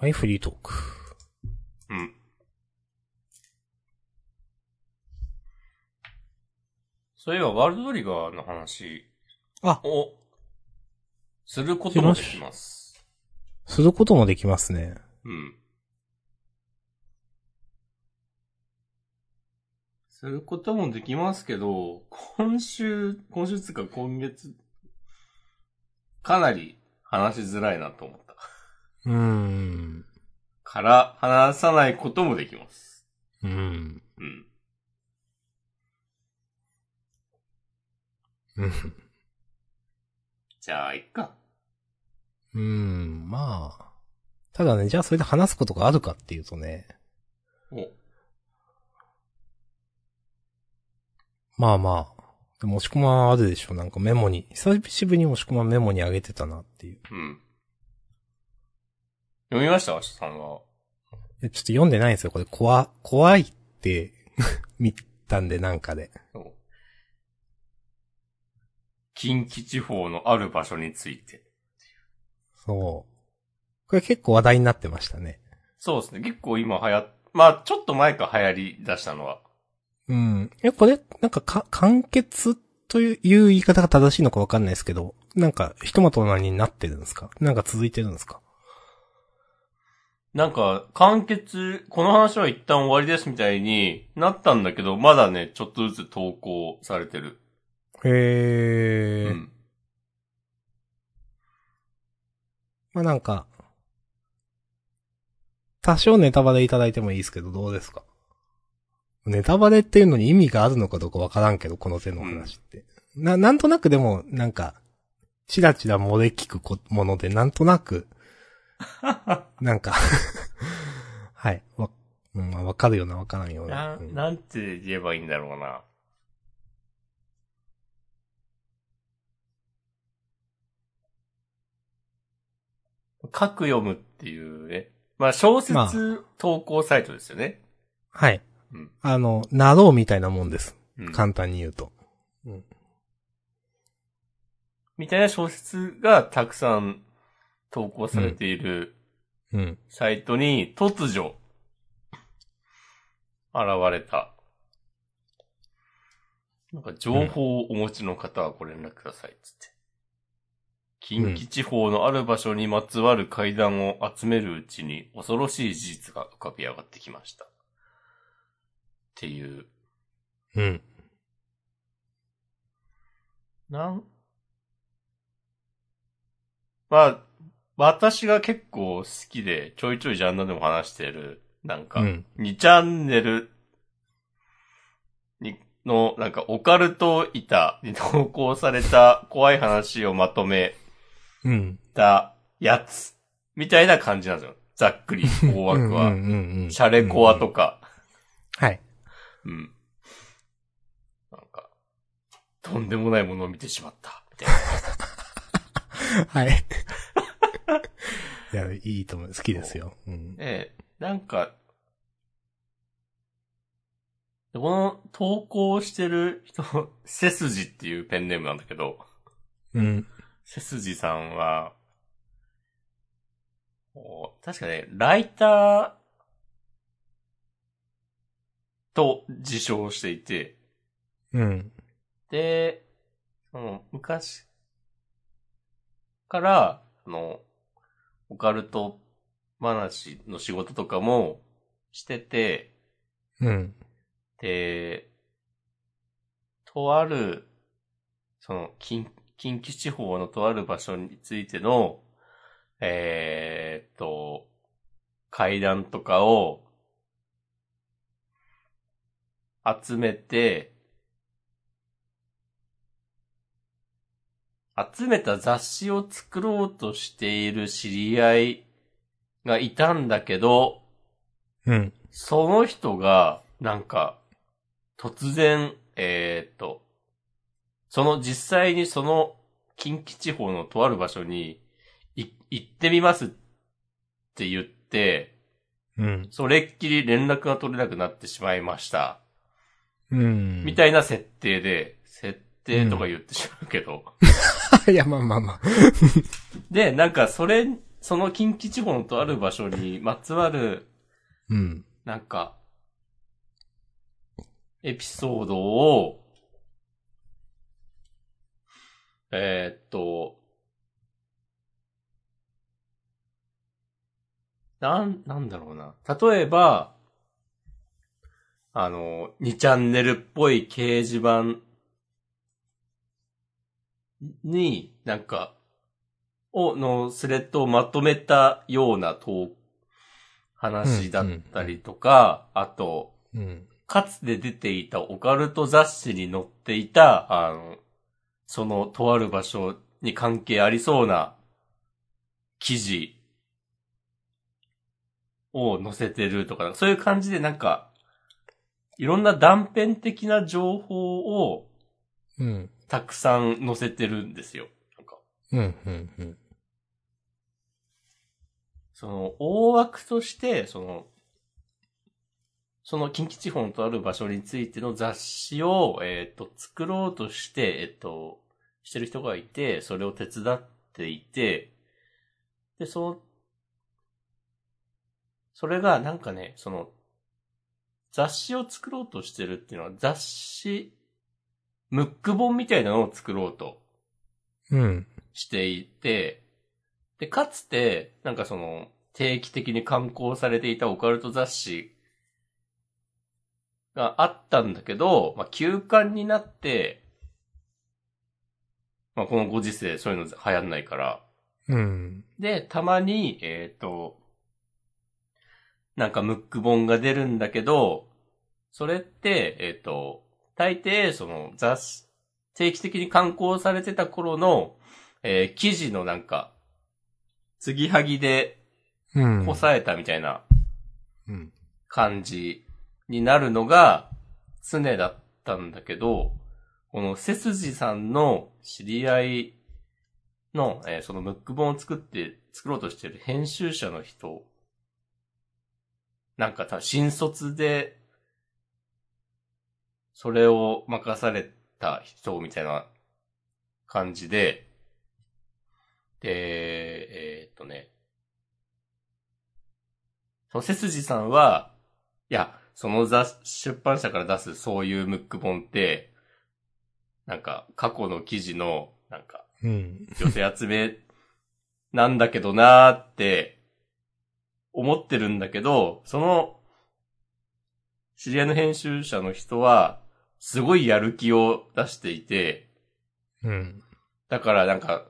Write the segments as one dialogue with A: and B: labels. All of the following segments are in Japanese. A: はい、フリートーク。
B: うん。そういえば、ワールドトリガーの話
A: あ
B: を、することもできます。
A: することもできますね。
B: うん。することもできますけど、今週、今週つうか今月、かなり話しづらいなと思った。
A: うーん。
B: から、話さないこともできます。
A: うん。
B: うん。
A: うん
B: じゃあ、いっか。
A: うん、まあ。ただね、じゃあそれで話すことがあるかっていうとね、
B: お。
A: まあまあ。でも、押し込まあるでしょ、なんかメモに。久しぶりに押し込まメモにあげてたなっていう。
B: うん。読みました明日さんは。
A: えちょっと読んでないんですよ、これ。怖、怖いって、 見たんで、なんかで。
B: そう近畿地方のある場所について。
A: そう。これ結構話題になってましたね。
B: そうですね。結構今流行っ、まあ、ちょっと前か流行り出したのは。
A: うん。え、これ、なんかか、完結といういう言い方が正しいのかわかんないですけど、なんか、ひとまとなになってるんですかなんか続いてるんですか
B: なんか、完結、この話は一旦終わりですみたいになったんだけど、まだね、ちょっとずつ投稿されてる。
A: へー。
B: うん。
A: まあなんか、多少ネタバレいただいてもいいですけど、どうですかネタバレっていうのに意味があるのかどうかわからんけど、この手の話って。な、なんとなくでも、なんか、ちらちら漏れ聞くこもので、なんとなく、 なんか、 はい、わ、うん、まあわかるようなわからんような。
B: な
A: うん
B: ん、なんて言えばいいんだろうな。書く読むっていうね。まあ小
A: ま
B: 説投稿サイトですよね。
A: はい
B: うん。
A: あの、なろうみたいなもんです。
B: うん
A: 簡単に言うと。
B: みたいな小説がたくさん投稿されている
A: うん。
B: サイトに突如現れた。なんか情報をお持ちの方はご連絡くださいっつって。近畿地方のある場所にまつわる階段を集めるうちに恐ろしい事実が浮かび上がってきました。っていう。
A: うん。
B: なんまあ、私が結構好きで、ちょいちょいジャンルでも話してる、なんか、
A: うん
B: 2チャンネルに、の、なんか、オカルト板に投稿された怖い話をまとめ
A: うん。
B: たやつ、みたいな感じなんですよ。ざっくり、大枠
A: う
B: は。
A: んうんうんうん
B: シャレコアとか、
A: はい。
B: うん。なんか、とんでもないものを見てしまった、みたいな。
A: はい。いや、いいと思う。好きですよ。うん。
B: ええ、なんか、この投稿してる人、背筋っていうペンネームなんだけど、
A: うん。
B: 背筋さんは、こう確かね、ライターと自称していて、
A: うん。
B: で、その、昔から、あの、オカルト話の仕事とかもしてて、
A: うん。
B: で、とある、その、近、近畿地方のとある場所についての、えーっと、階段とかを、集めて、集めた雑誌を作ろうとしている知り合いがいたんだけど、
A: うん。
B: その人が、なんか、突然、えーっと、その実際にその近畿地方のとある場所にい行ってみますって言って、
A: うん。
B: それっきり連絡が取れなくなってしまいました。
A: うん。
B: みたいな設定で、設定とか言ってしまうけど。
A: い。いや、まあまあまあ。
B: で、なんかそれその近畿地方のとある場所にまつわる、
A: うん。
B: なんか、エピソードを、えーっと、なん、なんだろうな。例えば、あの、2チャンネルっぽい掲示板に、なんか、を、のスレッドをまとめたような投話だったりとか、あと、
A: うん。
B: かつて出ていたオカルト雑誌に載っていた、あの、そのとある場所に関係ありそうな記事を載せてるとか、そういう感じでなんか、いろんな断片的な情報を
A: うん。
B: たくさん載せてるんですよ。なんか
A: うん。うん。うん。
B: その、大枠として、その、その近畿地方のとある場所についての雑誌を、えっ、と、作ろうとして、えっ、と、してる人がいて、それを手伝っていて、で、その、それがなんかね、その、雑誌を作ろうとしてるっていうのは、雑誌、ムック本みたいなのを作ろうと
A: うん。
B: していて、で、かつて、なんかその、定期的に刊行されていたオカルト雑誌があったんだけど、まあ、休刊になって、まあ、このご時世そういうの流行んないから、
A: うん。
B: で、たまに、えっ、と、なんかムック本が出るんだけど、それって、えっ、と、大抵、その雑誌、定期的に刊行されてた頃の、えー記事のなんか、継ぎはぎで
A: うん。
B: こさえたみたいな
A: うん。
B: 感じになるのが常だったんだけど、この背筋さんの知り合いの、えーそのムック本を作って、作ろうとしてる編集者の人、なんかた新卒で、それを任された人みたいな感じで、で、えーっとね、その背筋さんは、いや、その雑出版社から出すそういうムック本って、なんか過去の記事の、なんか
A: うん。
B: 寄せ集めなんだけどなーって思ってるんだけど、その知り合いの編集者の人は、すごいやる気を出していて、
A: うん。
B: だからなんか、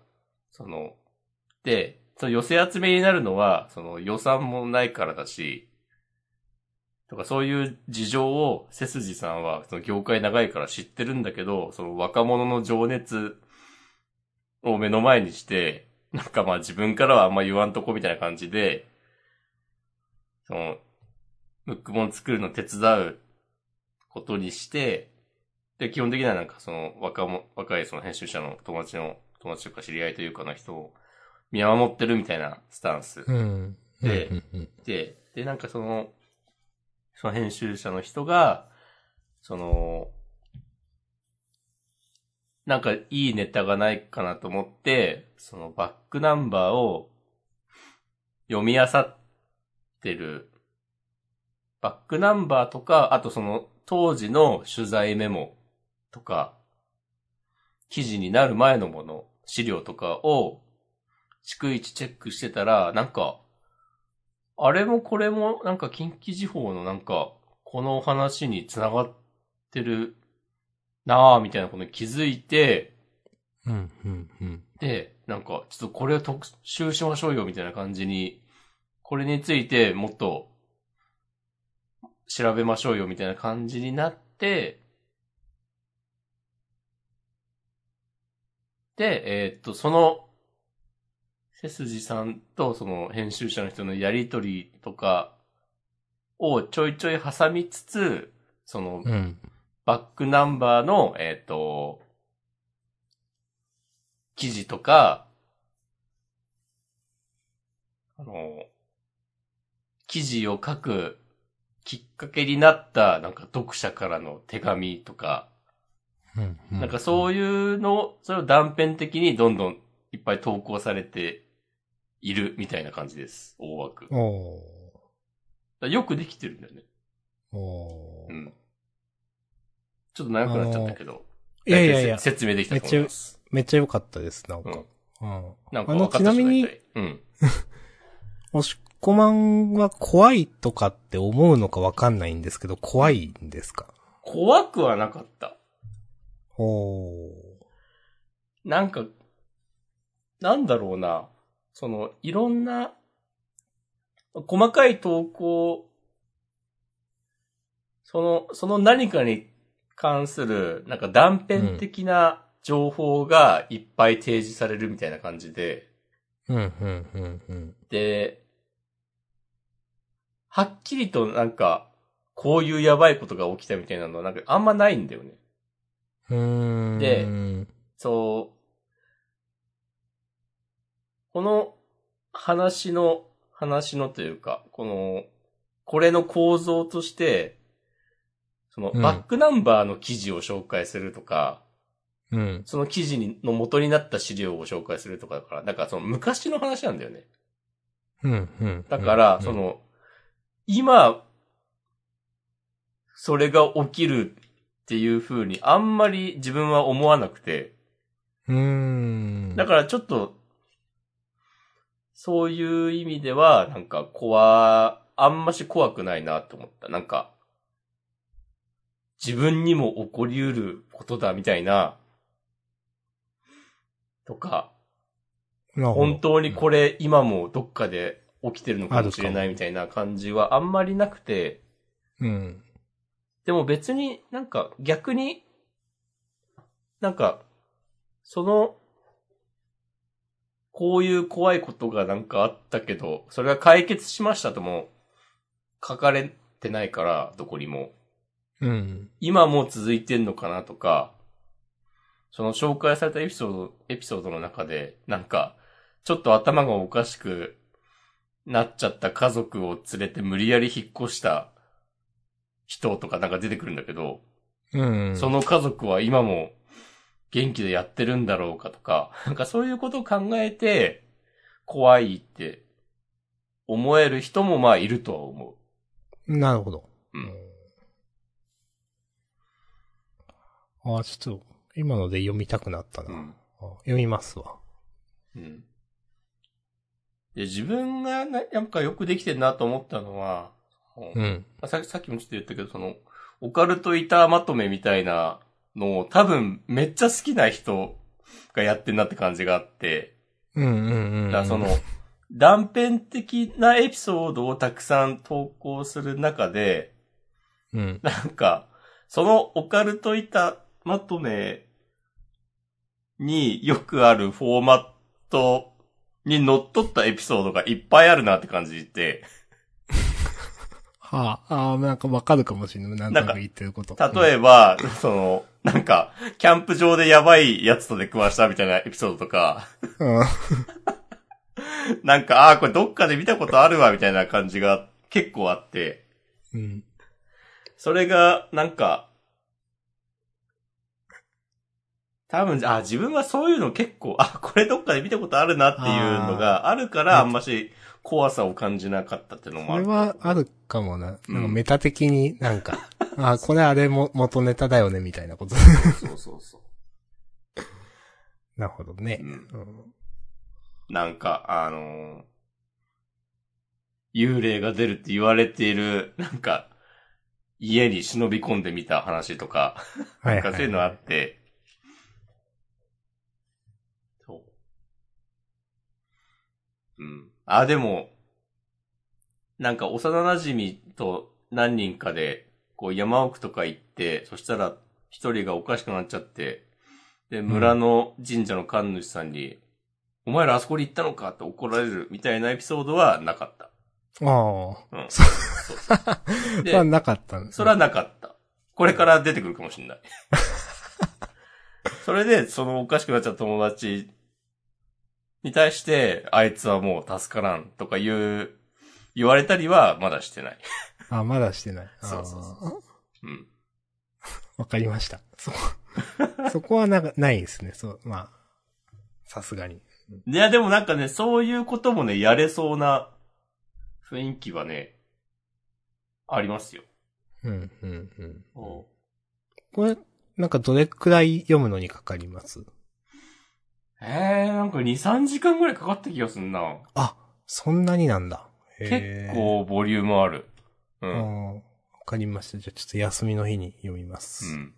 B: その、で、その寄せ集めになるのは、その予算もないからだし、とかそういう事情を背筋さんはその業界長いから知ってるんだけど、その若者の情熱を目の前にして、なんかまあ自分からはあんま言わんとこみたいな感じで、その、ムック本作るの手伝うことにして、で、基本的にはなんかその若も、若いその編集者の友達の、友達というか知り合いというかの人を見守ってるみたいなスタンス
A: うん。
B: で
A: うん、
B: で、で、なんかその、その編集者の人が、その、なんかいいネタがないかなと思って、そのバックナンバーを読み漁ってる。バックナンバーとか、あとその当時の取材メモとか、記事になる前のもの、資料とかを、逐一チェックしてたら、なんか、あれもこれも、なんか近畿地方のなんか、この話に繋がってるなぁ、みたいなことに気づいて、
A: うん。うん。うん。
B: で、なんか、ちょっとこれを特集しましょうよ、みたいな感じに、これについてもっと、調べましょうよ、みたいな感じになって、で、えーっと、その、背筋さんとその編集者の人のやりとりとかをちょいちょい挟みつつ、その、
A: うん。
B: バックナンバーの、えっ、と、記事とか、あの、記事を書くきっかけになった、なんか読者からの手紙とか、
A: うん。
B: なんかそう
A: いう
B: いうのを、それを断片的にどんどんいっぱい投稿されているみたいな感じです。大枠。だか
A: お
B: らよくできてるんだよね。
A: ー。おー。
B: うん。ちょっと長くなっちゃったけど。
A: いやいやいや
B: 大体せ説明できたと思います。
A: めっちゃ良かったです、なん
B: う
A: か
B: ん。。
A: うん。
B: なんか
A: あの
B: 分かった人
A: ちなみに
B: 大体うん。
A: 押し込まんは怖いとかって思うのかわかんないんですけど、怖いんですか
B: 怖くはなかった。
A: おー。
B: なんか、なんだろうな。その、いろんな、細かい投稿、その、その何かに関する、なんか断片的な情報がいっぱい提示されるみたいな感じで、
A: うん、うん、うん、うん。
B: で、はっきりとなんか、こういうやばいことが起きたみたいなのはなんかあんまないんだよね。
A: うーん。
B: でそう。この話の、話のというか、この、これの構造として、その、
A: うん
B: バックナンバーの記事を紹介するとか、
A: うん。
B: その記事にの元になった資料を紹介するとかだから、なんかその昔の話なんだよね。
A: うん、うん。
B: だから、
A: うん
B: そ、の、今、それが起きるっていう風に、あんまり自分は思わなくて、
A: うーん。
B: だからちょっと、そういう意味では、なんか怖、あんまし怖くないなと思った。なんか、自分にも起こりうることだみたいな、とか、
A: ら
B: 本当にこれ今もどっかで起きてるのかもしれないみたいな感じはあんまりなくて、
A: うん。
B: でも別になんか逆に、なんか、その、こういう怖いことがなんかあったけど、それは解決しましたとも書かれてないから、どこにも。
A: うん。
B: 今も続いてんのかなとか、その紹介されたエピソード、エピソードの中で、なんか、ちょっと頭がおかしくなっちゃった家族を連れて無理やり引っ越した人とかなんか出てくるんだけど、
A: うん。
B: その家族は今も元気でやってるんだろうかとか、 なんかそういうことを考えて、怖いって思える人もまあいるとは思
A: なるほど。
B: う。うん。
A: あーちょっと、今ので読みたくなったな。
B: うん
A: あー読みますわ。
B: うん。で、自分がな、なんかよくできてるなと思ったのは、
A: う
B: ま
A: ん。
B: あささっきもちょっと言ったけど、その、オカルトイターまとめみたいなのを多分めっちゃ好きな人がやってんなって感じがあって、
A: うんうんうん。
B: だからその、、断片的なエピソードをたくさん投稿する中で、
A: うん。
B: なんか、そのオカルトイタまとめによくあるフォーマットにのっとったエピソードがいっぱいあるなって感じで、
A: はあ、ああ、なんかわかるかもしれない。なんとなく言ってること。
B: 例えば、その、なんか、キャンプ場でやばいやつと出くわしたみたいなエピソードとか、
A: うん。
B: なんか、ああー、これどっかで見たことあるわみたいな感じが結構あって、
A: うん。
B: それが、なんか、多分、あ、自分はそういうの結構、あ、これどっかで見たことあるなっていうのがあるから、あ
A: あー
B: んまし怖さを感じなかったっていうのも
A: こ
B: あ
A: れ
B: る。
A: はあるかもな。
B: うん
A: なんかメタ的になん か、ああ、これあれも元ネタだよね、みたいなこと。
B: そうそうそう。
A: なるほどね
B: う。ん
A: うん。
B: なんか、あのー幽霊が出るって言われている、なんか、家に忍び込んでみた話とか、
A: は
B: なんかそういうのあって。そう。うん。あ、でも、なんか幼馴染と何人かで、こう山奥とか行って、そしたら一人がおかしくなっちゃって、で、村の神社の神主さんに、お前らあそこに行ったのかって怒られるみたいなエピソードはなかった。
A: あ
B: うん。
A: そ
B: そうそう
A: あ。そ
B: で
A: れはなかったんです
B: それはなかった。これから出てくるかもし れない。それで、そのおかしくなっちゃった友達に対して、あいつはもう助からんとか言う、言われたりはまだしてない。
A: ああ、まだしてない。あー
B: そうそうそうん。
A: わかり ました。そこ、そこはなんかないですね。そう、まあ、さすがに。
B: いや、でもなんかね、そういうこともね、やれそうな雰囲気はね、ありますよ。
A: うん、うん、うん。
B: うん
A: これ、なんかどれくらい読むのにかかります
B: えー、なんか2、3時間ぐらいかかった気がすんな。
A: あ、そんなになんだ。へ
B: 結
A: ー。
B: 構ボリュームある。う。
A: うんん。わかりました。じゃあちょっと休みの日に読みま
B: う
A: す。
B: ん。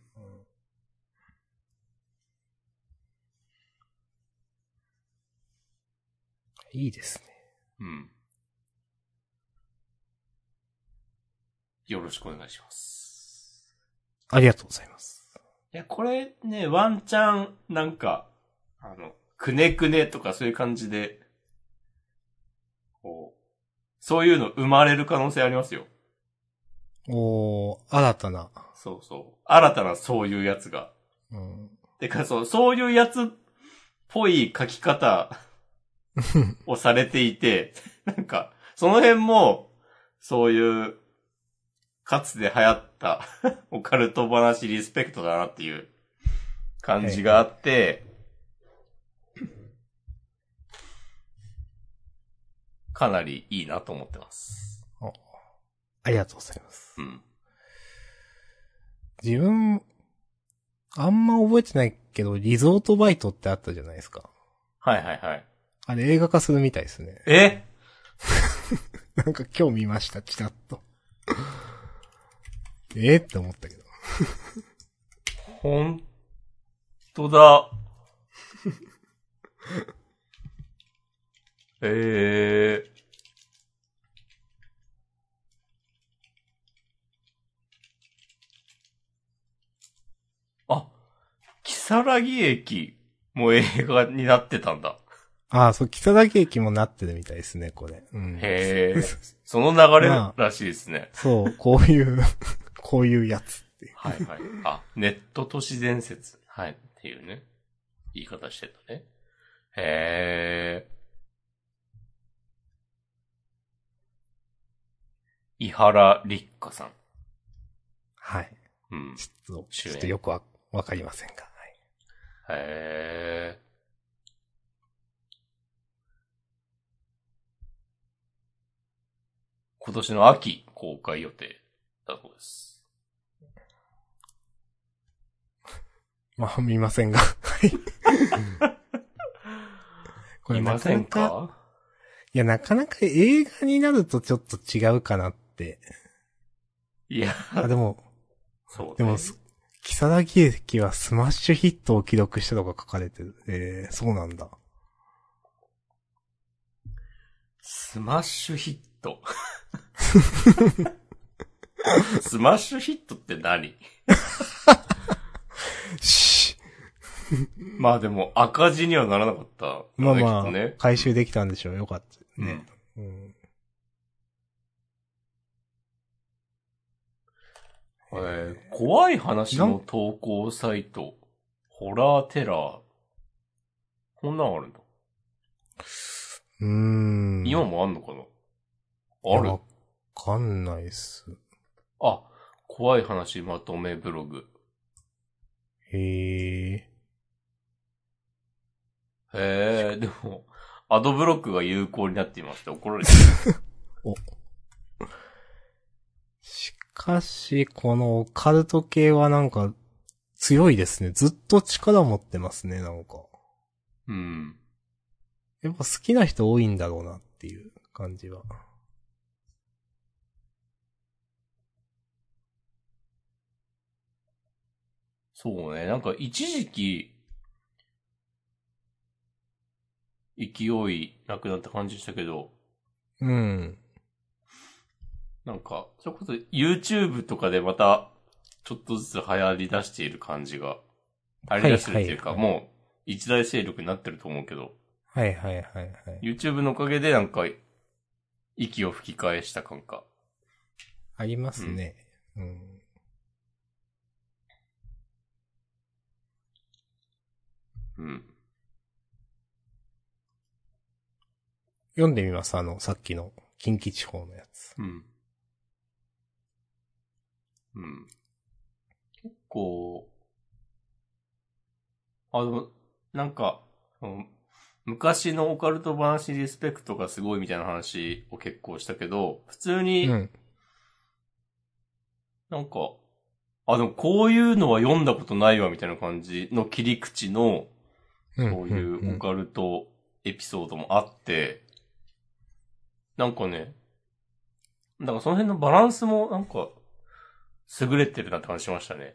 A: いいですね。
B: うん。よろしくお願いします。
A: ありがとうございます。
B: いや、これね、ワンチャン、なんか、あの、くねくねとかそういう感じで、こう、そういうの生まれる可能性ありますよ。
A: おー、新たな。
B: そうそう。新たなそういうやつが。
A: うん。
B: てか、そう、そういうやつっぽい書き 方をされていて、なんか、その辺も、そういう、かつて流行った オカルト話リスペクトだなっていう感じがあって、かなりいいなと思ってます。
A: ありがとうございます。
B: うん。
A: 自分、あんま覚えてないけど、リゾートバイトってあったじゃないですか。
B: はいはいはい。
A: あれ映画化するみたいですね。
B: え
A: なんか今日見ました、ちらっと。 えーって思ったけど。
B: ほんとだ。 ええあ、木更木駅も映画になってたんだ。
A: ああ、そう、北崎駅もなってるみたいですね、これ。うん。
B: へえ。その流れらしいですね。
A: そう、こういう、 こういうやつっていう。
B: はいはい。あ、ネット都市伝説。はい。っていうね。言い方してたね。へえ。伊原立花さん。
A: はい。
B: うん。
A: ちょっと、
B: 主
A: ち
B: 演
A: ょっとよくわ、わかりませんが。はい
B: へえ。今年の秋公開予定だそうです。
A: まあ、見ま せんが。はい。こ
B: いません
A: なかなか
B: か
A: いや、なかなか映画になるとちょっと違うかな って。
B: いや、
A: あ、でも、
B: そう、ね。
A: でもす、木更木駅はスマッシュヒットを記録したとか書かれてる。えー、そうなんだ。
B: スマッシュヒット。 スマッシュヒットって何
A: し
B: まあでも赤字にはならなかったよね、
A: まあま
B: き
A: あ、
B: っとね。
A: 回収できたんでしょう。よかった。
B: うん
A: ね。うん。
B: えー怖い話の投稿サイト。ホラーテラー。こんなんあるんだ。
A: うーん。
B: 今もあんのかない
A: や
B: ある
A: わかんないっす。
B: あ、怖い話まとめブログ。
A: へえ。
B: へえ、でも、アドブロックが有効になっていまして怒ら れて
A: しかし、このオカルト系はなんか、強いですね。ずっと力持ってますね、なんか。
B: る。うん。
A: やっぱ好きな人多いんだろうなっていう感じは。
B: そうね。なんか一時期、勢いなくなった感じしたけど、
A: うん。
B: なんか、それこそ YouTube とかでまた、ちょっとずつ流行り出している感じが、流行り出してるっていうか、
A: はいはい
B: もう一大勢力になってると思うけど、
A: はいはいはいはい。
B: YouTube のおかげでなんか、息を吹き返した感か。
A: ありますね。うん。
B: うん。
A: 読んでみます、あの、さっきの近畿地方のやつ。
B: うん。うん。結構、あの、なんか、その昔のオカルト話リスペクトがすごいみたいな話を結構したけど、普通に、
A: うん。
B: なんか、あ、でもこういうのは読んだことないわみたいな感じの切り口の、
A: うん。
B: そういうオカルトエピソードもあって、なんかね、なんかその辺のバランスもなんか、優れてるなって感じしましたね。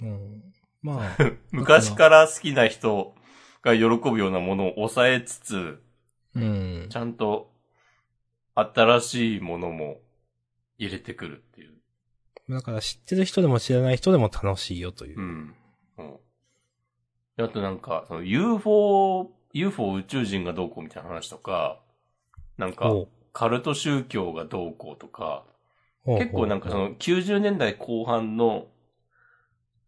A: うんうんま あ、
B: 昔から好きな人が喜ぶようなものを抑えつつ、
A: うん
B: ち。ゃんと新しいものも入れてくるっていう。
A: だから知ってる人でも知らない人でも楽しいよというう。
B: ん。うん。であとなんか、その UFO、UFO 宇宙人がどうこうみたいな話とか、なんか、
A: おう
B: カルト宗教がどうこうとか、
A: おう
B: 結構なんかそ
A: おう
B: の90年代後半の、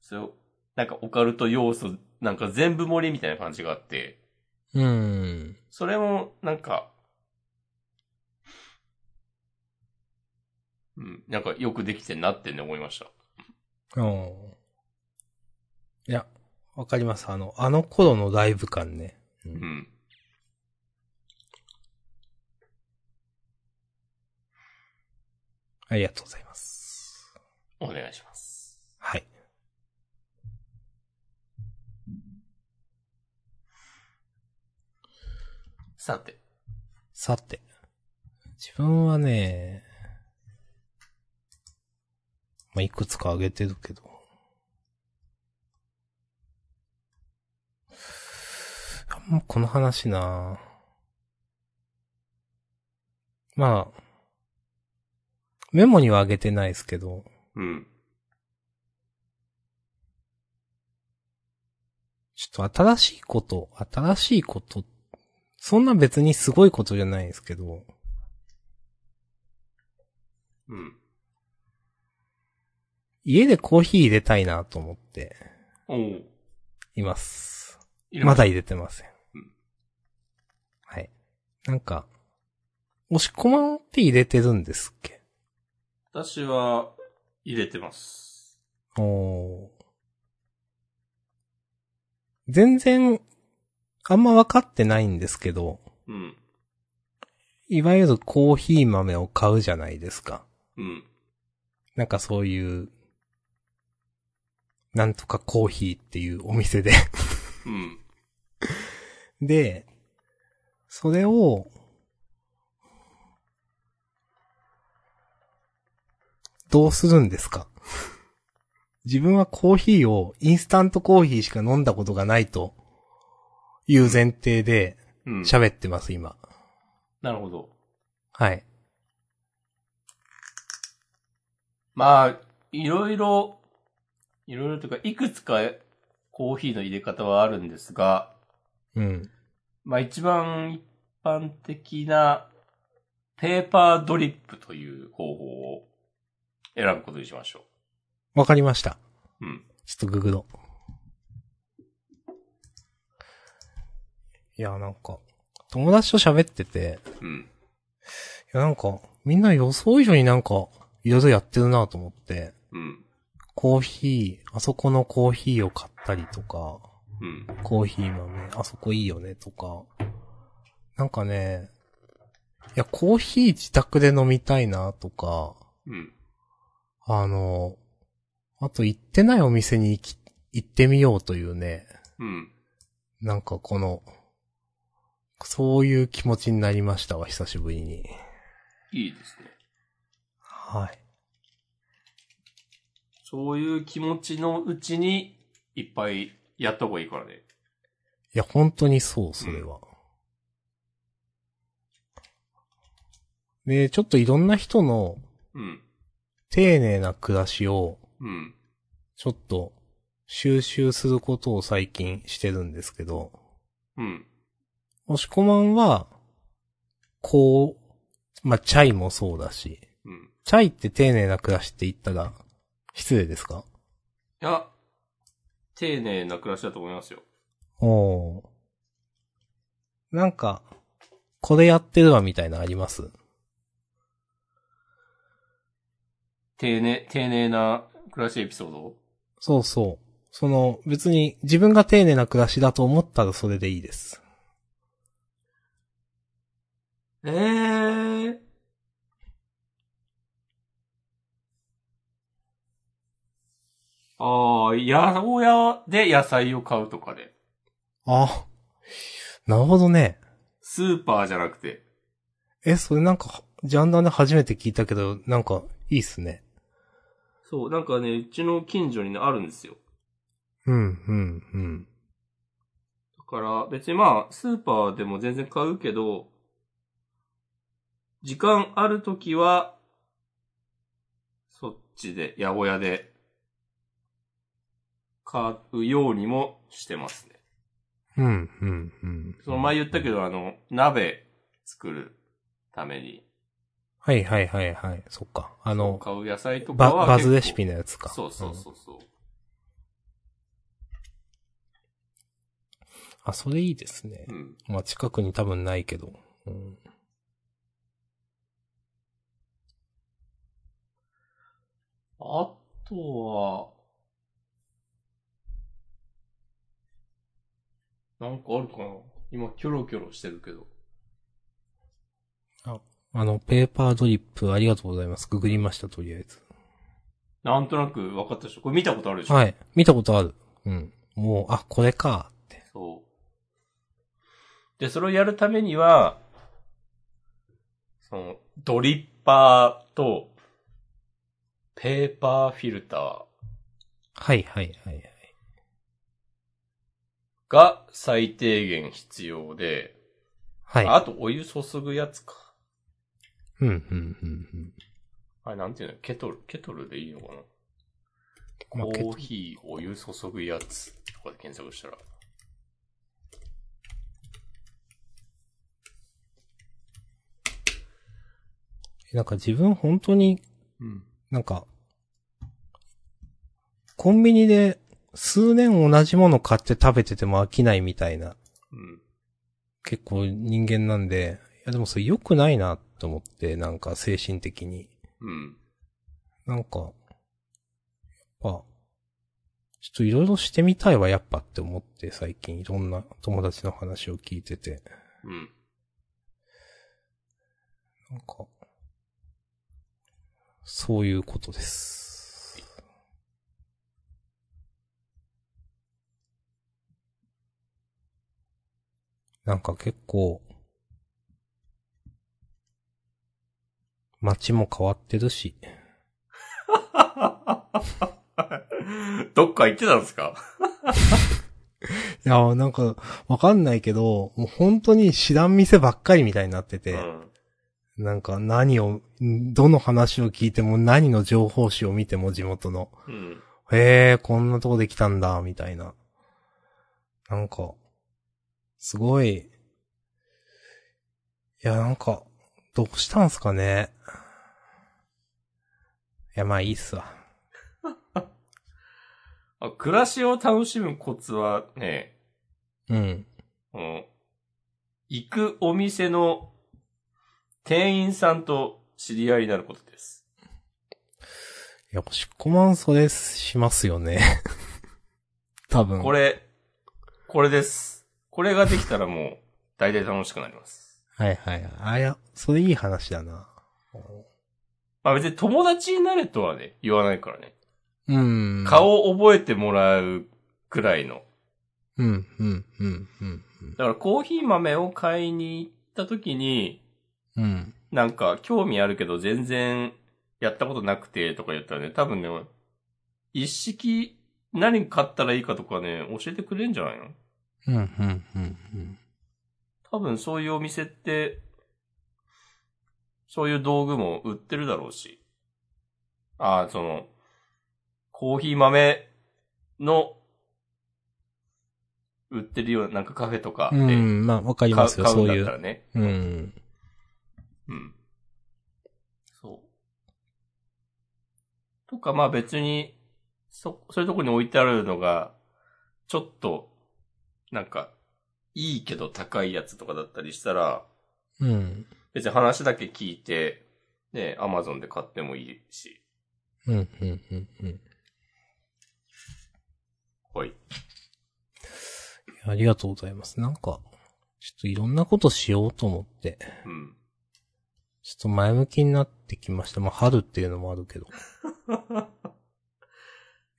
B: そう、なんかオカルト要素、なんか全部盛りみたいな感じがあって、
A: うん。
B: それもなんか、うん、なんかよくできてんなってね思いました。
A: うん。いや、わかります。あの、あの頃のライブ感ね。う
B: う。ん。
A: ありがとうございます。
B: お願いします。
A: はい。
B: さて。
A: さて。自分はね、まあ、いくつかあげてるけど。あんまこの話なまあ、メモにはあげてないですけど、
B: うん。
A: ちょっと新しいこと、新しいこと、そんな別にすごいことじゃないですけど、
B: うん。
A: 家でコーヒー入れたいなと思って
B: おう
A: います。
B: 入れ
A: ま
B: し
A: だ入れてません
B: うん。
A: はい。なんか、押し込まんって入れてるんですっけ
B: 私は、入れてます。
A: おー全然、あんま分かってないんですけど、
B: うん。
A: いわゆるコーヒー豆を買うじゃないですか。
B: うん。
A: なんかそういう、なんとかコーヒーっていうお店で。
B: うん。
A: で、それを、どうするんですか自分はコーヒーをインスタントコーヒーしか飲んだことがないという前提で
B: うん。
A: 喋ってます、今。
B: なるほど。
A: はい。
B: まあ、いろいろ、いろいろというか、いくつかコーヒーの入れ方はあるんですが、
A: うん。
B: まあ一番一般的な、ペーパードリップという方法を選ぶことにしましょ
A: わかりました。
B: う。うん。
A: ちょっとググろう。いや、なんか、友達と喋ってて、
B: うん。
A: いや、なんか、みんな予想以上になんか、いろいろやってるなと思って、
B: うん。
A: コーヒー、あそこのコーヒーを買ったりとか、
B: うん。
A: コーヒー豆、あそこいいよねとか、なんかね、いや、コーヒー自宅で飲みたいなとか、
B: うん。
A: あの、あと行ってないお店に行き、行ってみようというね、
B: うん。
A: なんかこの、そういう気持ちになりましたわ、久しぶりに。
B: いいですね。
A: はい。
B: そういう気持ちのうちに、いっぱいやった方がいいからね。
A: いや、本当にそう、それは。で、ちょっといろんな人の
B: うん。
A: 丁寧な暮らしを、
B: うん。
A: ちょっと収集することを最近してるんですけど、
B: うん。
A: 押し込まんは、こう、まあ、チャイもそうだし、
B: うん。い
A: チャイって丁寧な暮らしって言ったら、失礼ですか
B: や、丁寧な暮らしだと思いますよ。
A: おーなんか、これやってるわみたいなのあります
B: 丁寧、丁寧な暮らしエピソード
A: そうそう。その、別に自分が丁寧な暮らしだと思ったらそれでいいです。
B: えー。ああ、八百屋で野菜を買うとかで。
A: ああ。なるほどね。
B: スーパーじゃなくて。
A: え、それなんか、ジャンダンで初めて聞いたけど、なんか、いいっすね。
B: そう、なんかね、うちの近所にねあるんですよ。
A: うん、うん、うん。
B: だから、別にまあ、スーパーでも全然買うけど、時間あるときは、そっちで、八百屋で、買うようにもしてますね。
A: うん、うん、うん。
B: その前言ったけど、あの、鍋作るために、
A: はいはいはいはい。そっか。あの、
B: 買う野菜とか
A: バ
B: は
A: バ
B: 結構
A: ズレシピのやつか。
B: そうそう
A: うん
B: そうそう。
A: あ、それいいですね。
B: うん。
A: まあ近くに多分ないけど。うん、
B: あとは、なんかあるかな今、キョロキョロしてるけど。
A: あの、ペーパードリップありがとうございます。ググりました、とりあえず。
B: なんとなく分かったでしょこれ見たことあるでしょ
A: はい。見たことある。うん。もう、あ、これか、って。
B: そう。で、それをやるためには、その、ドリッパーと、ペーパーフィルター
A: はいはいはいはい。
B: が最低限必要で、
A: はい。
B: あとお湯注ぐやつか。
A: うん、うん、うん、
B: あれ、なんていうのケトル、ケトルでいいのかな
A: うん。まあ
B: コ
A: けど
B: ーヒー、お湯注ぐやつとかで検索したら。
A: なんか自分本当に
B: うん。
A: なんか、コンビニで数年同じもの買って食べてても飽きないみたいな、
B: うん。
A: 結構人間なんで、いやでもそれ良くないなと思って、なんか精神的に。
B: うん。
A: なんか、やっぱ、ちょっといろいろしてみたいわ、やっぱって思って、最近いろんな友達の話を聞いてて。
B: うん。
A: なんか、そういうことです。なんか結構、街も変わってるし、
B: どっか行ってたんですか
A: いやーなんか、わかんないけど、もう本当に知らん店ばっかりみたいになって
B: う
A: て、
B: ん。
A: なんか何を、んどの話を聞いても何の情報誌を見ても地元の、
B: うん。
A: へえ、こんなとこできたんだ、みたいな。なんか、すごい、いや、なんか、どうしたんすかね。いや、まあいいっすわ。
B: あ暮らしを楽しむコツはね、
A: うん。
B: この行くお店の店員さんと知り合いになることです。
A: いや、しっこまんそれしますよね。 多分。
B: こ。れ、これです。これができたらもう、大体楽しくなります。
A: はいはい。あ、いや、それいい話だな。
B: まあ別に友達になれとはね、言わないからね。
A: うん。
B: 顔を覚えてもらうくらいの。
A: うん、うん、うん、うん、
B: だからコーヒー豆を買いに行った時に、
A: うん。うん。
B: なんか興味あるけど全然やったことなくてとか言ったらね、多分ね、一式何買ったらいいかとかね、教えてくれんじゃないの
A: うん、うん、うん、うん。
B: 多分そういうお店って、そういう道具も売ってるだろうし。ああ、その、コーヒー豆の、売ってるような、なんかカフェとかで、
A: うん、まあ、わかり
B: 買
A: ま
B: う
A: すよ、
B: 買う
A: そ
B: ん
A: う
B: だ
A: い
B: っ
A: う
B: た。らね。
A: うん。
B: うん。そう。とか、まあ別に、そ、そういうとこに置いてあるのが、ちょっと、なんか、いいけど高いやつとかだったりしたら、
A: うん。
B: 別に話だけ聞いて、ね、アマゾンで買ってもいいし。
A: うん、うん、うん、うん。
B: はい。
A: ありがとうございます。なんか、ちょっといろんなことしようと思って、
B: うん。
A: ちょっと前向きになってきました。まあ、春っていうのもあるけど。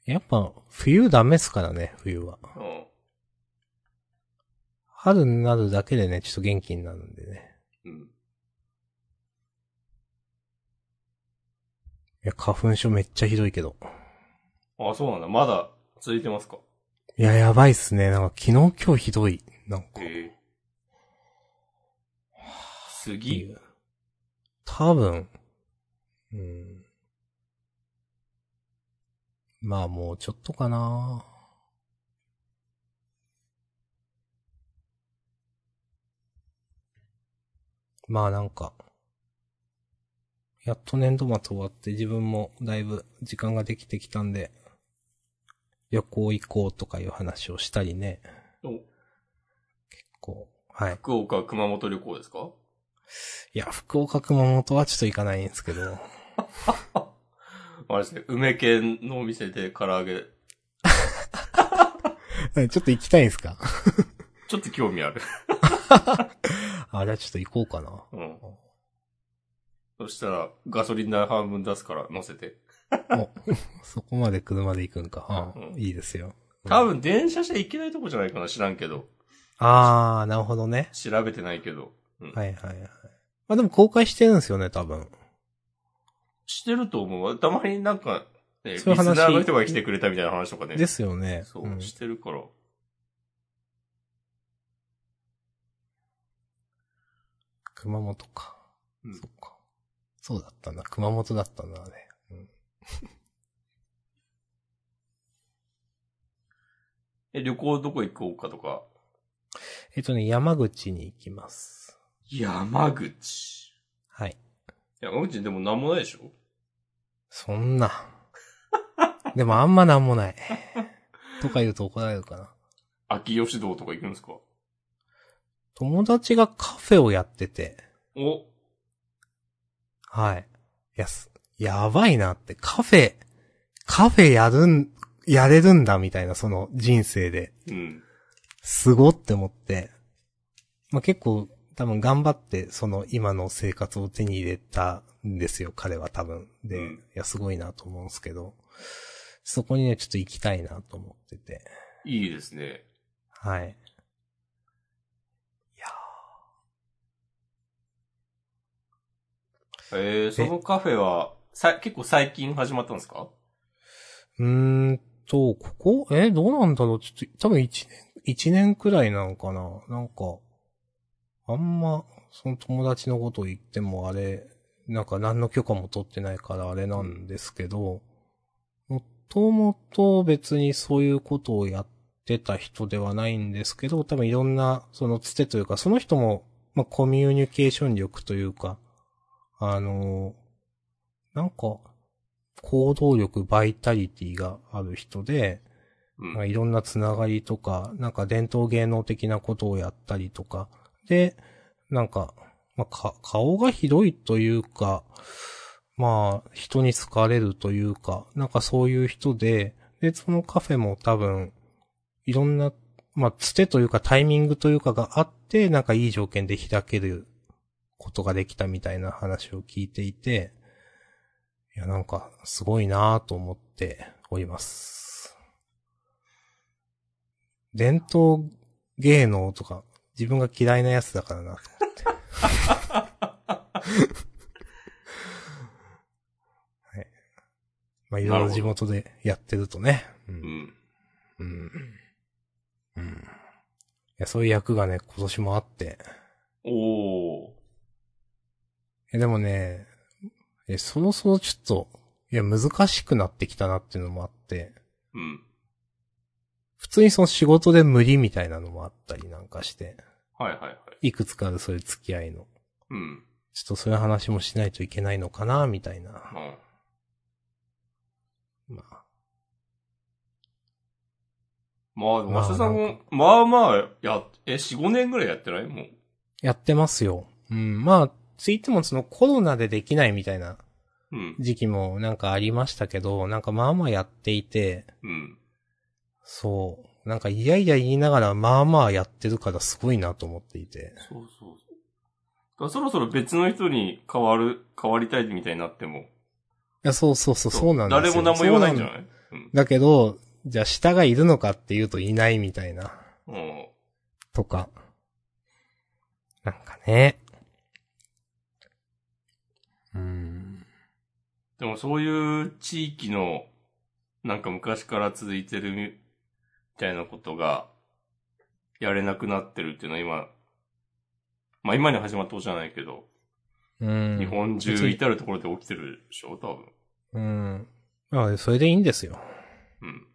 A: やっぱ、冬ダメっすからね、冬は。
B: うん。
A: 春になるだけでね、ちょっと元気になるんでね。
B: うん。
A: いや、花粉症めっちゃひどいけど。
B: あ、そうなんだ。まだ続いてますか
A: いや、やばいっすね。なんか昨日今日ひどい。なんか。
B: ええ。
A: って
B: 杉
A: いう多分、うん。まあもうちょっとかな。まあなんか、やっと年度末終わって自分もだいぶ時間ができてきたんで、旅行行こうとかいう話をしたりね。
B: お
A: こう、はい。
B: 福岡熊本旅行ですか
A: いや、福岡熊本はちょっと行かないんですけど。
B: あれですね、梅県のお店で唐揚げ、
A: ちょっと行きたいんですか
B: ちょっと興味あ る。
A: あ、じゃあちょっと行こうかな。
B: うん。そしたら、ガソリン代半分出すから乗せて。
A: おそこまで車で行くんか。あ
B: うん
A: いいですよ。
B: 多分電車じゃ行けないとこじゃないかな知らんけど。
A: あー、なるほどね。
B: 調べてないけど。うん。
A: はいはいはい。まあでも公開してるんですよね、多分。
B: してると思うわ。たまになんか、ね、リス
A: そう
B: ナ
A: いう話
B: ーの人が来てくれたみたいな話とかね。
A: ですよね。
B: そう、
A: ん
B: してるから。
A: 熊本か。
B: うん
A: そっか。そうだったな。熊本だったな、あれ。
B: え、旅行どこ行こうかとか。
A: えっとね、山口に行きます。
B: 山口。
A: はい。
B: 山口でもなんもないでしょ
A: そん な。でもあんまなんもない。とか言うと怒られるかな。
B: 秋吉堂とか行くんですか
A: 友達がカフェをやってて。
B: お、
A: はい。いや、すやばいなって、カフェ、カフェやるん、やれるんだみたいな、その人生で、
B: うん。
A: すごって思って、まあ、結構、多分頑張って、その今の生活を手に入れたんですよ、彼は多分。で、
B: うん
A: いや、すごいなと思うんですけど、そこにね、ちょっと行きたいなと思ってて、
B: いいですね。
A: はい。いや
B: えー、そのカフェは、さ、結構最近始まったんですか
A: ーうーんと、ここえ、どうなんだろうちょっと、多分一年、一年くらいなのかななんか、あんま、その友達のこと言ってもあれ、なんか何の許可も取ってないからあれなんですけど、もともと別にそういうことをやってた人ではないんですけど、多分いろんな、そのつてというか、その人も、まあ、コミュニケーション力というか、あの、なんか、行動力、バイタリティがある人で、
B: うん。
A: まあ、いろんなつながりとか、なんか伝統芸能的なことをやったりとか、で、なんか、まあ、か、顔がひどいというか、まあ、人に好かれるというか、なんかそういう人で、で、そのカフェも多分、いろんな、まあ、つてというかタイミングというかがあって、なんかいい条件で開けることができたみたいな話を聞いていて、いや、なんか、すごいなぁと思っております。伝統芸能とか、自分が嫌いなやつだからなと思って。はい。まあ、いろいろ地元でやってるとね。う。
B: うんん。
A: うん。うん。いや、そういう役がね、今年もあって。
B: おー。
A: え、でもね、え、そろそろちょっと、いや、難しくなってきたなっていうのもあって、
B: うん。
A: 普通にその仕事で無理みたいなのもあったりなんかして、
B: はいはいはい。
A: いくつかあるそういう付き合いの、
B: うん。
A: ちょっとそういう話もしないといけないのかな、みたいな。
B: うん。
A: まあ、
B: まあ、でも、
A: まあ
B: マサさん
A: な
B: も、まあまあ、や、え、4、5年ぐらいやってないもう。
A: やってますよ。うん、まあ、ついてもそのコロナでできないみたいな
B: うん。
A: 時期もなんかありましたけど、なんかまあまあやっていて、
B: うん。
A: そう、なんかいやいや言いながらまあまあやってるからすごいなと思っていて。
B: そうそうそう。からそろそろ別の人に変わる、変わりたいみたいになっても。
A: や、そうそうそう、そうなんですよ。
B: 誰も何も言わないんじゃ
A: い
B: ないうん。
A: だけど、じゃあ下がいるのかっていうといないみたいな、
B: うん。
A: とか。なんかね。うん。
B: でもそういう地域の、なんか昔から続いてるみ、みたいなことが、やれなくなってるっていうのは今、まあ今に始まったことじゃないけど、
A: うん。
B: 日本
A: 別
B: 中
A: に
B: 至るところで起きてるでしょ多分。
A: うん。まあ、それでいいんですよ。
B: うん。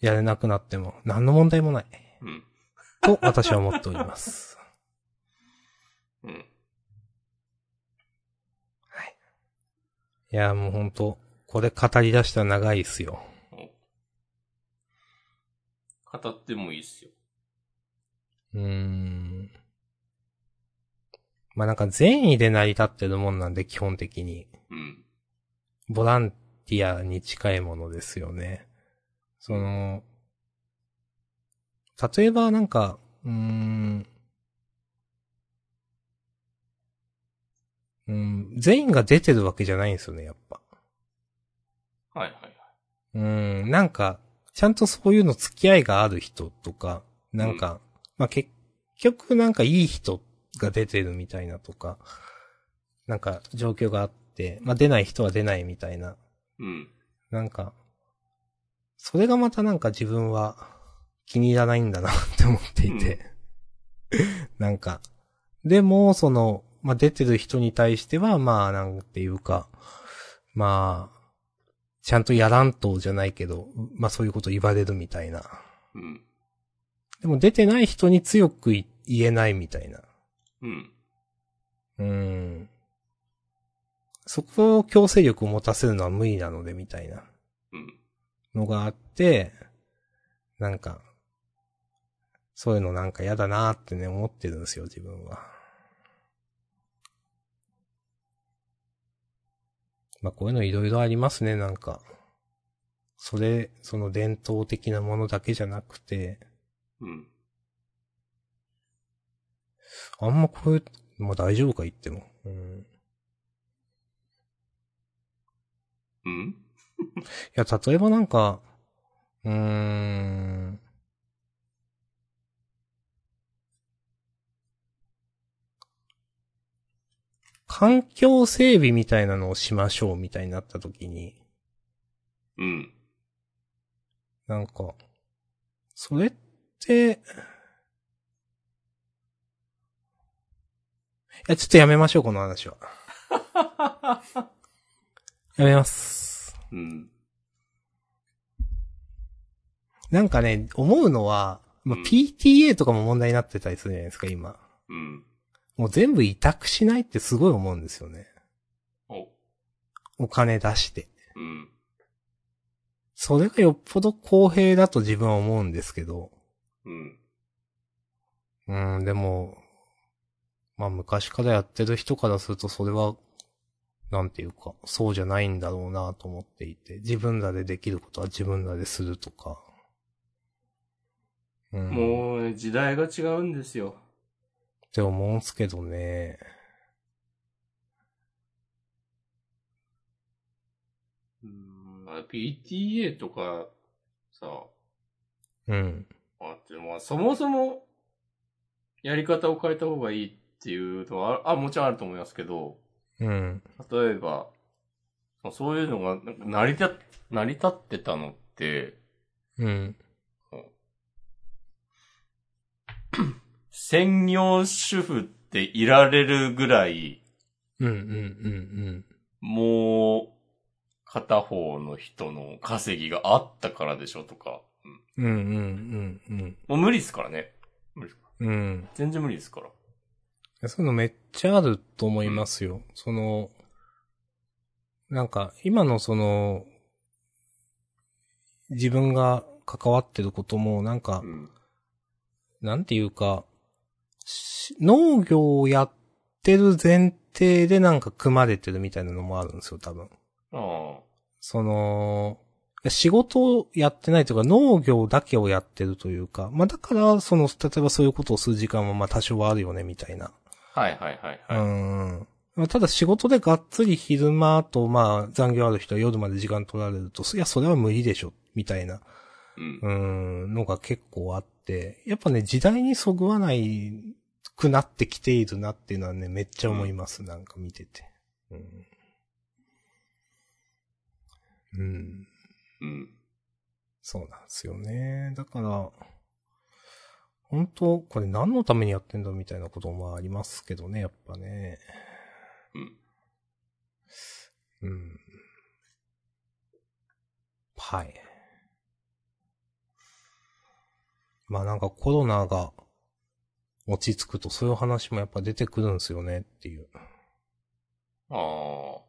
A: やれなくなっても、何の問題もない。
B: うん。
A: と、私は思っております。
B: うん。
A: いや、もうほんと、これ語り出したら長いっすよ。
B: 語ってもいいっすよ。
A: うーん。まあ、なんか善意で成り立ってるもんなんで、基本的に。
B: うん。
A: ボランティアに近いものですよね。その、例えばなんか、うーん、うん、全員が出てるわけじゃないんですよね、やっぱ。
B: はいはいはい。
A: うん、なんか、ちゃんとそういうの付き合いがある人とか、なんか、まあ、結局なんかいい人が出てるみたいなとか、なんか状況があって、まあ、出ない人は出ないみたいな
B: うん。
A: なんか、それがまたなんか自分は気に入らないんだなって思っていて。 なんか、でも、その、まあ、出てる人に対しては、まあ、なんていうか、まあ、ちゃんとやらんとじゃないけど、まあそういうこと言われるみたいな。
B: うん。
A: でも出てない人に強くい言えないみたいな。
B: うん。
A: うーん。そこを強制力を持たせるのは無理なので、みたいな。
B: うん。
A: のがあって、なんか、そういうのなんか嫌だなーってね、思ってるんですよ、自分は。まあ、こういうのいろいろありますね、なんか。それ、その伝統的なものだけじゃなくて、
B: うん。
A: あんまこういう、まあ大丈夫か言っても。うん。
B: うん。
A: いや、例えばなんか、うーん。環境整備みたいなのをしましょうみたいになった時に、
B: うん。
A: なんか、それって、いや、ちょっとやめましょう、この話は。やめます。
B: うん。
A: なんかね、思うのは、まあ
B: うん
A: PTA とかも問題になってたりするじゃないですか、今。
B: うん。
A: もう全部委託しないってすごい思うんですよね。
B: お。
A: お金出して。
B: うん。
A: それがよっぽど公平だと自分は思うんですけど。
B: うん。
A: うん、でも、まあ昔からやってる人からするとそれは、なんていうか、そうじゃないんだろうなと思っていて、自分らでできることは自分らでするとか。うん、
B: もうね、時代が違うんですよ。
A: って思うんすけどね。
B: うん PTA とか、さ、
A: うん。
B: あって、まあ、そもそも、やり方を変えた方がいいっていうのは、あ、もちろんあると思いますけど、
A: うん。
B: 例えば、そういうのが、なんか成り立っ、成り立ってたのって、
A: うん。
B: 専業主婦っていられるぐらい、
A: うん、うん、うん、
B: もう、片方の人の稼ぎがあったからでしょとか、うん
A: うん。うん、うん、うん、
B: もう無理ですからね。
A: うん。うん。
B: 全然無理ですから。
A: いやそういうのめっちゃあると思いますよ。その、なんか、今のその、自分が関わってることも、なんか
B: う、ん。
A: なんていうか、し農業をやってる前提でなんか組まれてるみたいなのもあるんですよ、多分。
B: ああ。
A: その、仕事をやってないというか、農業だけをやってるというか、まあだから、その、例えばそういうことをする時間もまあ多少はあるよね、みたいな。
B: はいはいはいはいはいはい。
A: うん。ただ仕事でがっつり昼間と、まあ、残業ある人は夜まで時間取られると、いや、それは無理でしょ、みたいな、
B: うん
A: う。ん、のが結構あって、やっぱね、時代にそぐわないくなってきているなっていうのはね、めっちゃ思います、なんか見てて。うん。うん。
B: うん。
A: そうなんですよね。だから、本当これ何のためにやってんだみたいなこともありますけどね、やっぱね。
B: うん。
A: うん。はい。まあなんかコロナが落ち着くとそういう話もやっぱ出てくるんですよねっていう。
B: ああ。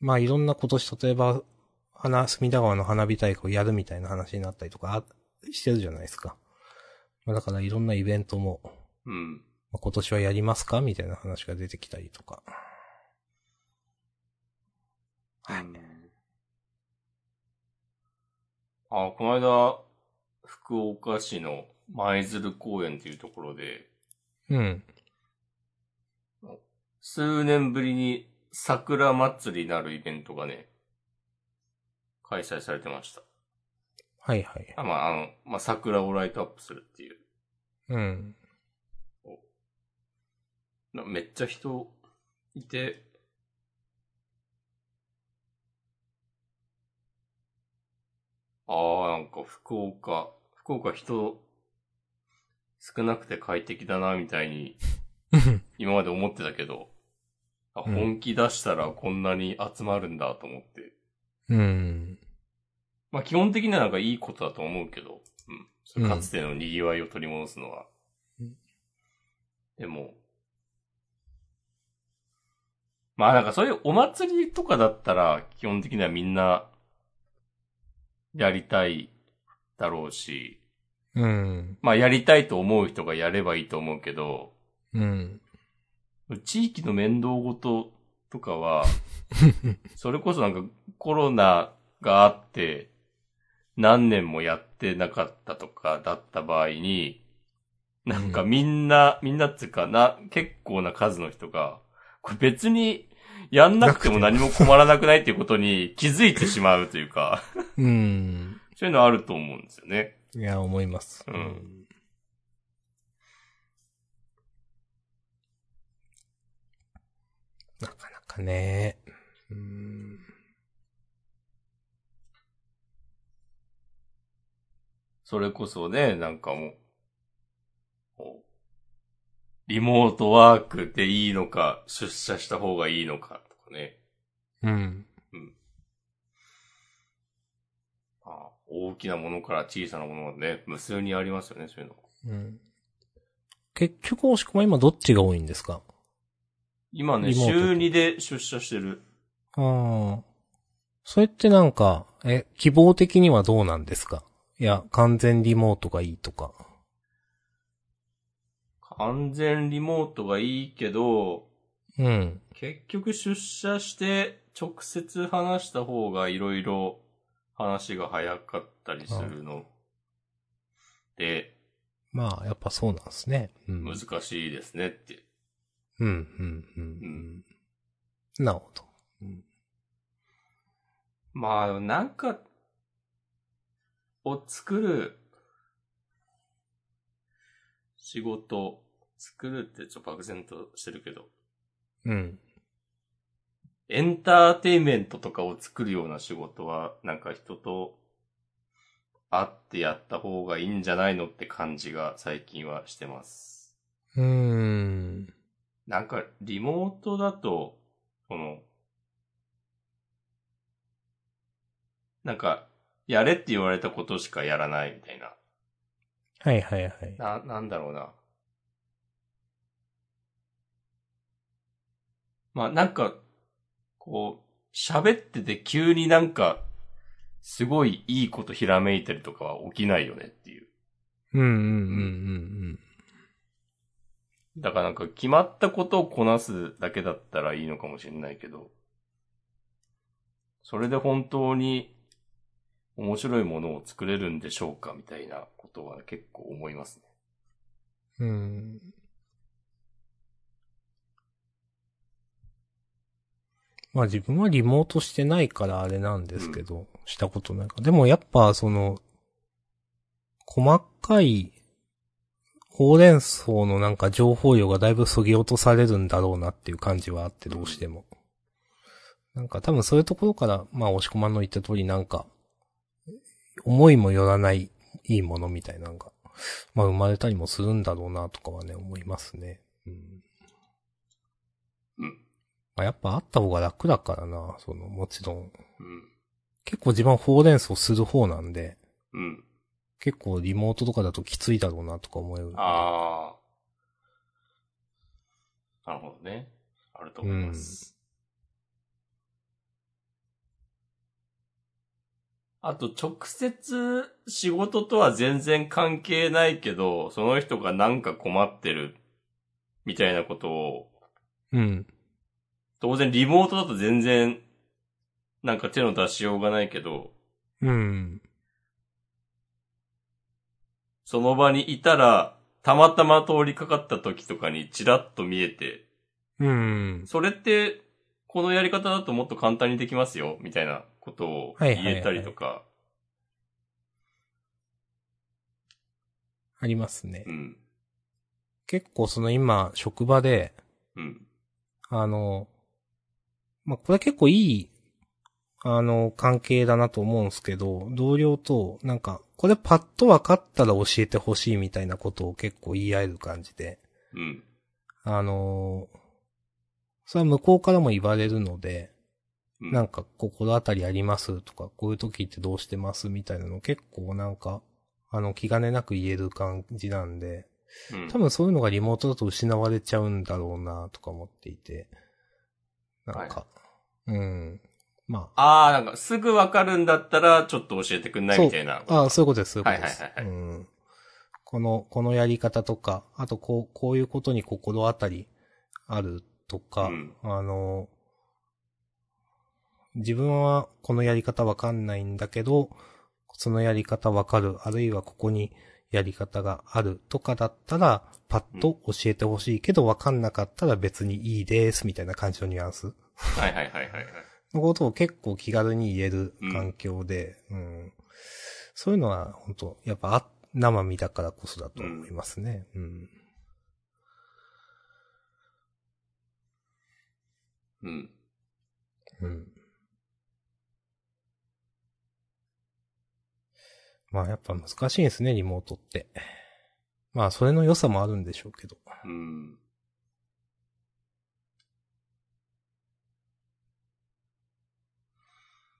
A: まあいろんな今年例えば、花、隅田川の花火大会をやるみたいな話になったりとかあしてるじゃないですか。まあだからいろんなイベントも、
B: うん。
A: まあ今年はやりますかみたいな話が出てきたりとか。はい
B: うん。あ、この間、福岡市の舞鶴公園っていうところで、
A: うん。
B: 数年ぶりに桜祭りなるイベントがね、開催されてました。
A: はいはい。
B: あまあ、あの、まあ、桜をライトアップするっていう。
A: うん。
B: なめっちゃ人いて、ああ、なんか福岡、福岡人少なくて快適だな、みたいに今まで思ってたけど、あ
A: うん
B: 本気出したらこんなに集まるんだと思って。
A: うん。
B: まあ基本的にはなんかいいことだと思うけど、うん。それかつての賑わいを取り戻すの
A: う
B: は。
A: ん
B: でも、まあなんかそういうお祭りとかだったら、基本的にはみんな、やりたいだろうし、
A: うん。
B: まあやりたいと思う人がやればいいと思うけど、
A: うん。
B: 地域の面倒ごととかは、それこそなんかコロナがあって、何年もやってなかったとかだった場合に、なんか
A: う
B: みんな、みんなっつうかな、結構な数の人が、これ別にやんなくても
A: な
B: 何も困らなくないっていうことに気づいてしまうというか、
A: うん。
B: そういうのあると思うんですよね。
A: いや、思います。
B: うん
A: なかなかね。うん。
B: それこそね、なんかもう、こうリモートワークでいいのか、出社した方がいいのかとかね。
A: うん。
B: あ大きなものから小さなものまでね、無数にありますよね、そういうの。
A: うん。結局、押し込ま今どっちが多いんですか
B: 今ね、
A: リモートと
B: 週2で出社してる。
A: ああ。それってなんか、え、希望的にはどうなんですかいや、完全リモートがいいとか。
B: 完全リモートがいいけど、
A: うん。
B: 結局出社して直接話した方がいろいろ話が早かったりするので、
A: まあ、やっぱそうなんですね。うん。
B: 難しいですねって。
A: うん、うん、うん。うん、なるほど。
B: まあ、なんか、を作る、仕事、作るってちょっと漠然としてるけど、
A: うん。
B: エンターテインメントとかを作るような仕事は、なんか人と会ってやった方がいいんじゃないのって感じが最近はしてます。
A: うーん。
B: なんか、リモートだと、その、なんか、やれって言われたことしかやらないみたいな。
A: はいはいはい。
B: な、なんだろうな。まあなんか、こう、喋ってて急になんか、すごいいいことひらめいたりとかは起きないよねっていう。
A: うんうんうん
B: だからなんか決まったことをこなすだけだったらいいのかもしれないけど、それで本当に面白いものを作れるんでしょうかみたいなことは結構思いますね。
A: うんうん。うん。まあ自分はリモートしてないからあれなんですけど、したことないから。でもやっぱその、細かい、ほうれん草のなんか情報量がだいぶそぎ落とされるんだろうなっていう感じはあってどうしても。なんか多分そういうところから、まあ押し込まんの言った通りなんか、思いもよらないいいものみたいなのが、まあ生まれたりもするんだろうなとかはね、思いますね。うん。
B: うん
A: まあやっぱあった方が楽だからな、その、もちろん。
B: うん。
A: 結構自分はほうれん草する方なんで、
B: うん。
A: 結構リモートとかだときついだろうなとか思える。
B: ああ。なるほどね。あると思います。あと、直接仕事とは全然関係ないけど、その人がなんか困ってる、みたいなことを、
A: うん。
B: 当然リモートだと全然、なんか手の出しようがないけど、
A: うん。
B: その場にいたら、たまたま通りかかった時とかにチラッと見えて、
A: うん。
B: それって、このやり方だともっと簡単にできますよ、みたいなことを
A: はいはいはい
B: 言えたりとか、
A: ありますね
B: う。ん、
A: 結構その今、職場で、
B: うん、
A: あの、まあ、これ結構いい、あの、関係だなと思うんですけど、同僚と、なんか、これパッと分かったら教えてほしいみたいなことを結構言い合える感じで、
B: うん、
A: あのそれは向こうからも言われるので、
B: うん。
A: なんか心当たりありますとか、こういう時ってどうしてますみたいなの結構なんか、あの、気兼ねなく言える感じなんで、
B: うん、
A: 多分そういうのがリモートだと失われちゃうんだろうなとか思っていて。なんか、うん。ま
B: ああ、なんかすぐわかるんだったら、ちょっと教えてくんないみたいな。
A: あ、ああそういうことです、そういうことです
B: はいはい。はい
A: うんこの、このやり方とか、あとこう、こういうことに心当たりあるとか、
B: うん
A: あの、自分はこのやり方わかんないんだけど、そのやり方わかる、あるいはここにやり方があるとかだったら、パッと教えてほしいけど、わかんなかったら別にいいです、みたいな感じのニュアンス
B: はいはいはいはいはい。
A: のことを結構気軽に言える環境で、うん。そういうのは、本当やっぱ、あ生身だからこそだと思いますね。うん。
B: うん。
A: うん。まあやっぱ難しいですね、リモートって。まあそれの良さもあるんでしょうけど。
B: うん。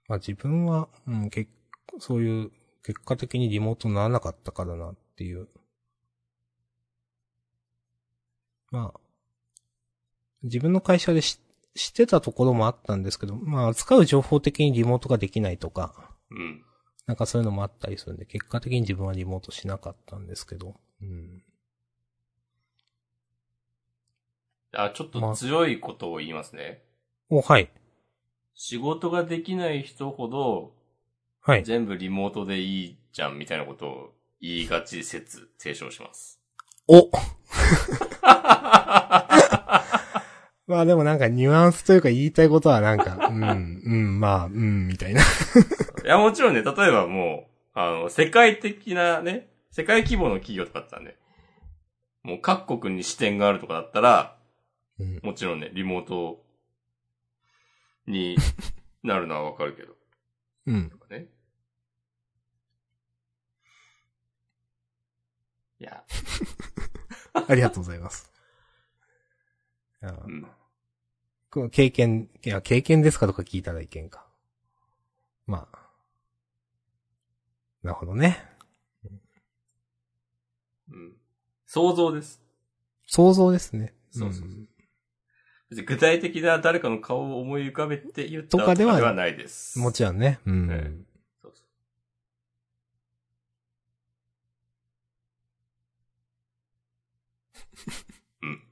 A: まあ自分は、うん、結そういう、結果的にリモートにならなかったからなっていう。まあ、自分の会社でし知ってたところもあったんですけど、まあ扱う情報的にリモートができないとか、
B: うん。
A: なんかそういうのもあったりするんで、結果的に自分はリモートしなかったんですけど。うん。
B: あ、ちょっと強いことを言いますね。
A: お、はい。
B: 仕事ができない人ほど、
A: はい。
B: 全部リモートでいいじゃん、みたいなことを言いがち説、提唱します。
A: おまあでもなんかニュアンスというか言いたいことはなん か、うん、うん、まあ、うん、みたいな。
B: いや、もちろんね、例えばもう、あの、世界的なね、世界規模の企業とかだったらね、もう各国に支店があるとかだったら、
A: うん、
B: もちろんね、リモートになるのはわかるけど、
A: うん。
B: ね。いや、
A: ありがとうございます。あー
B: うん。
A: こう経験、いや、経験ですかとか聞いたらいけんか。まあ。なるほどね。
B: うん、想像です。
A: 想像ですね。
B: そうそうそうん別に具体的な誰かの顔を思い浮かべて言った
A: と
B: とか
A: かで
B: で
A: は
B: はないです。
A: もちろんね。うん。
B: ええそうそう うん。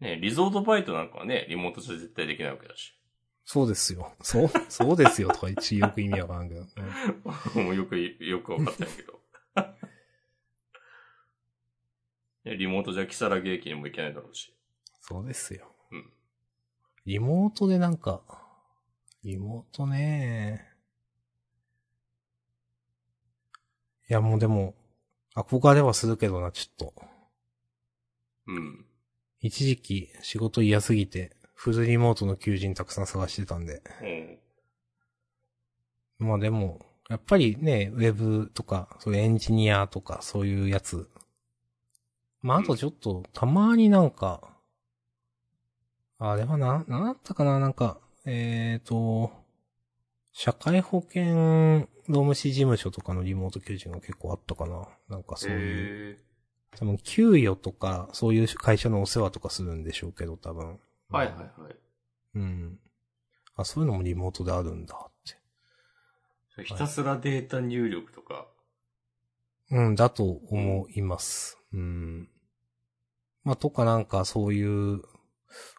B: ねリゾートバイトなんかはね、リモートじゃ絶対できないわけだし。
A: そうですよ。そう、そうですよとか一応よく意味わからんけど。うん
B: もうよく、よくわかったんやけど。 ねリモートじゃ木更木駅にも行けないだろうし。
A: そうですよ。
B: うん
A: リモートでなんか、リモートねいやもうでも、憧れはするけどな、ちょっと。
B: うん。
A: 一時期仕事嫌すぎて、フルリモートの求人たくさん探してたんで。
B: うん。
A: まあでも、やっぱりね、ウェブとか、そういうエンジニアとか、そういうやつ。まああとちょっと、たまになんか、あれはな、なんだったかな、なんか、えーと、社会保険労務士事務所とかのリモート求人が結構あったかな。なんかそういう、
B: へえ。
A: 多分給与とか、そういう会社のお世話とかするんでしょうけど、多分。
B: はいはいはい。
A: うん。あ、そういうのもリモートであるんだって。
B: それひたすらデータ入力とか。
A: うん、だと思います。うん。まあ、とかなんかそういう、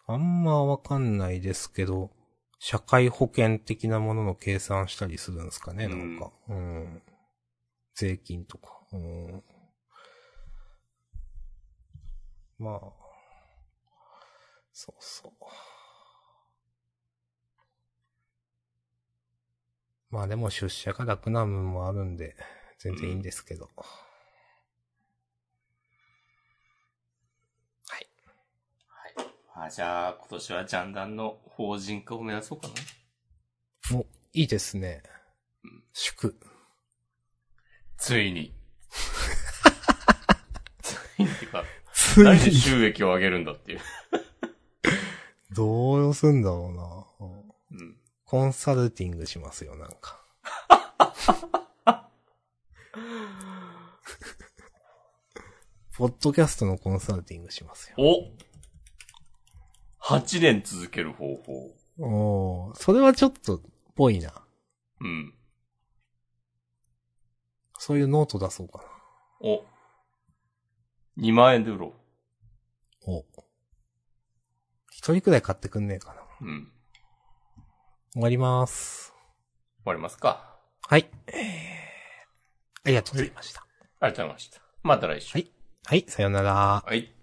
A: あんまわかんないですけど、社会保険的なものの計算したりするんですかね、なんか。うん。税金とか。うん。まあ。そうそう。まあでも出社が楽な分もあるんで、全然いいんですけど。
B: あ、じゃあ、今年はジャンダンの法人化を目指そうかな。
A: お、いいですね。祝。
B: ついに。ついにか。
A: つ
B: 何で収益を上げるんだっていう。
A: どうすんだろうな。うん
B: うん。
A: コンサルティングしますよ、なん か。ポッドキャストのコンサルティングしますよ。
B: お !8 年続ける方法。
A: おーそれはちょっと、ぽいな。
B: うん。
A: そういうノート出そうか
B: お。2万円で売ろ
A: な。お一人くらい買ってくんねえかな。
B: う。うん。
A: 終わります。
B: 終わりますか。
A: はい。えーありがとうございました。
B: ありがとうございました。また来週。
A: はいはい、さよなら。
B: はい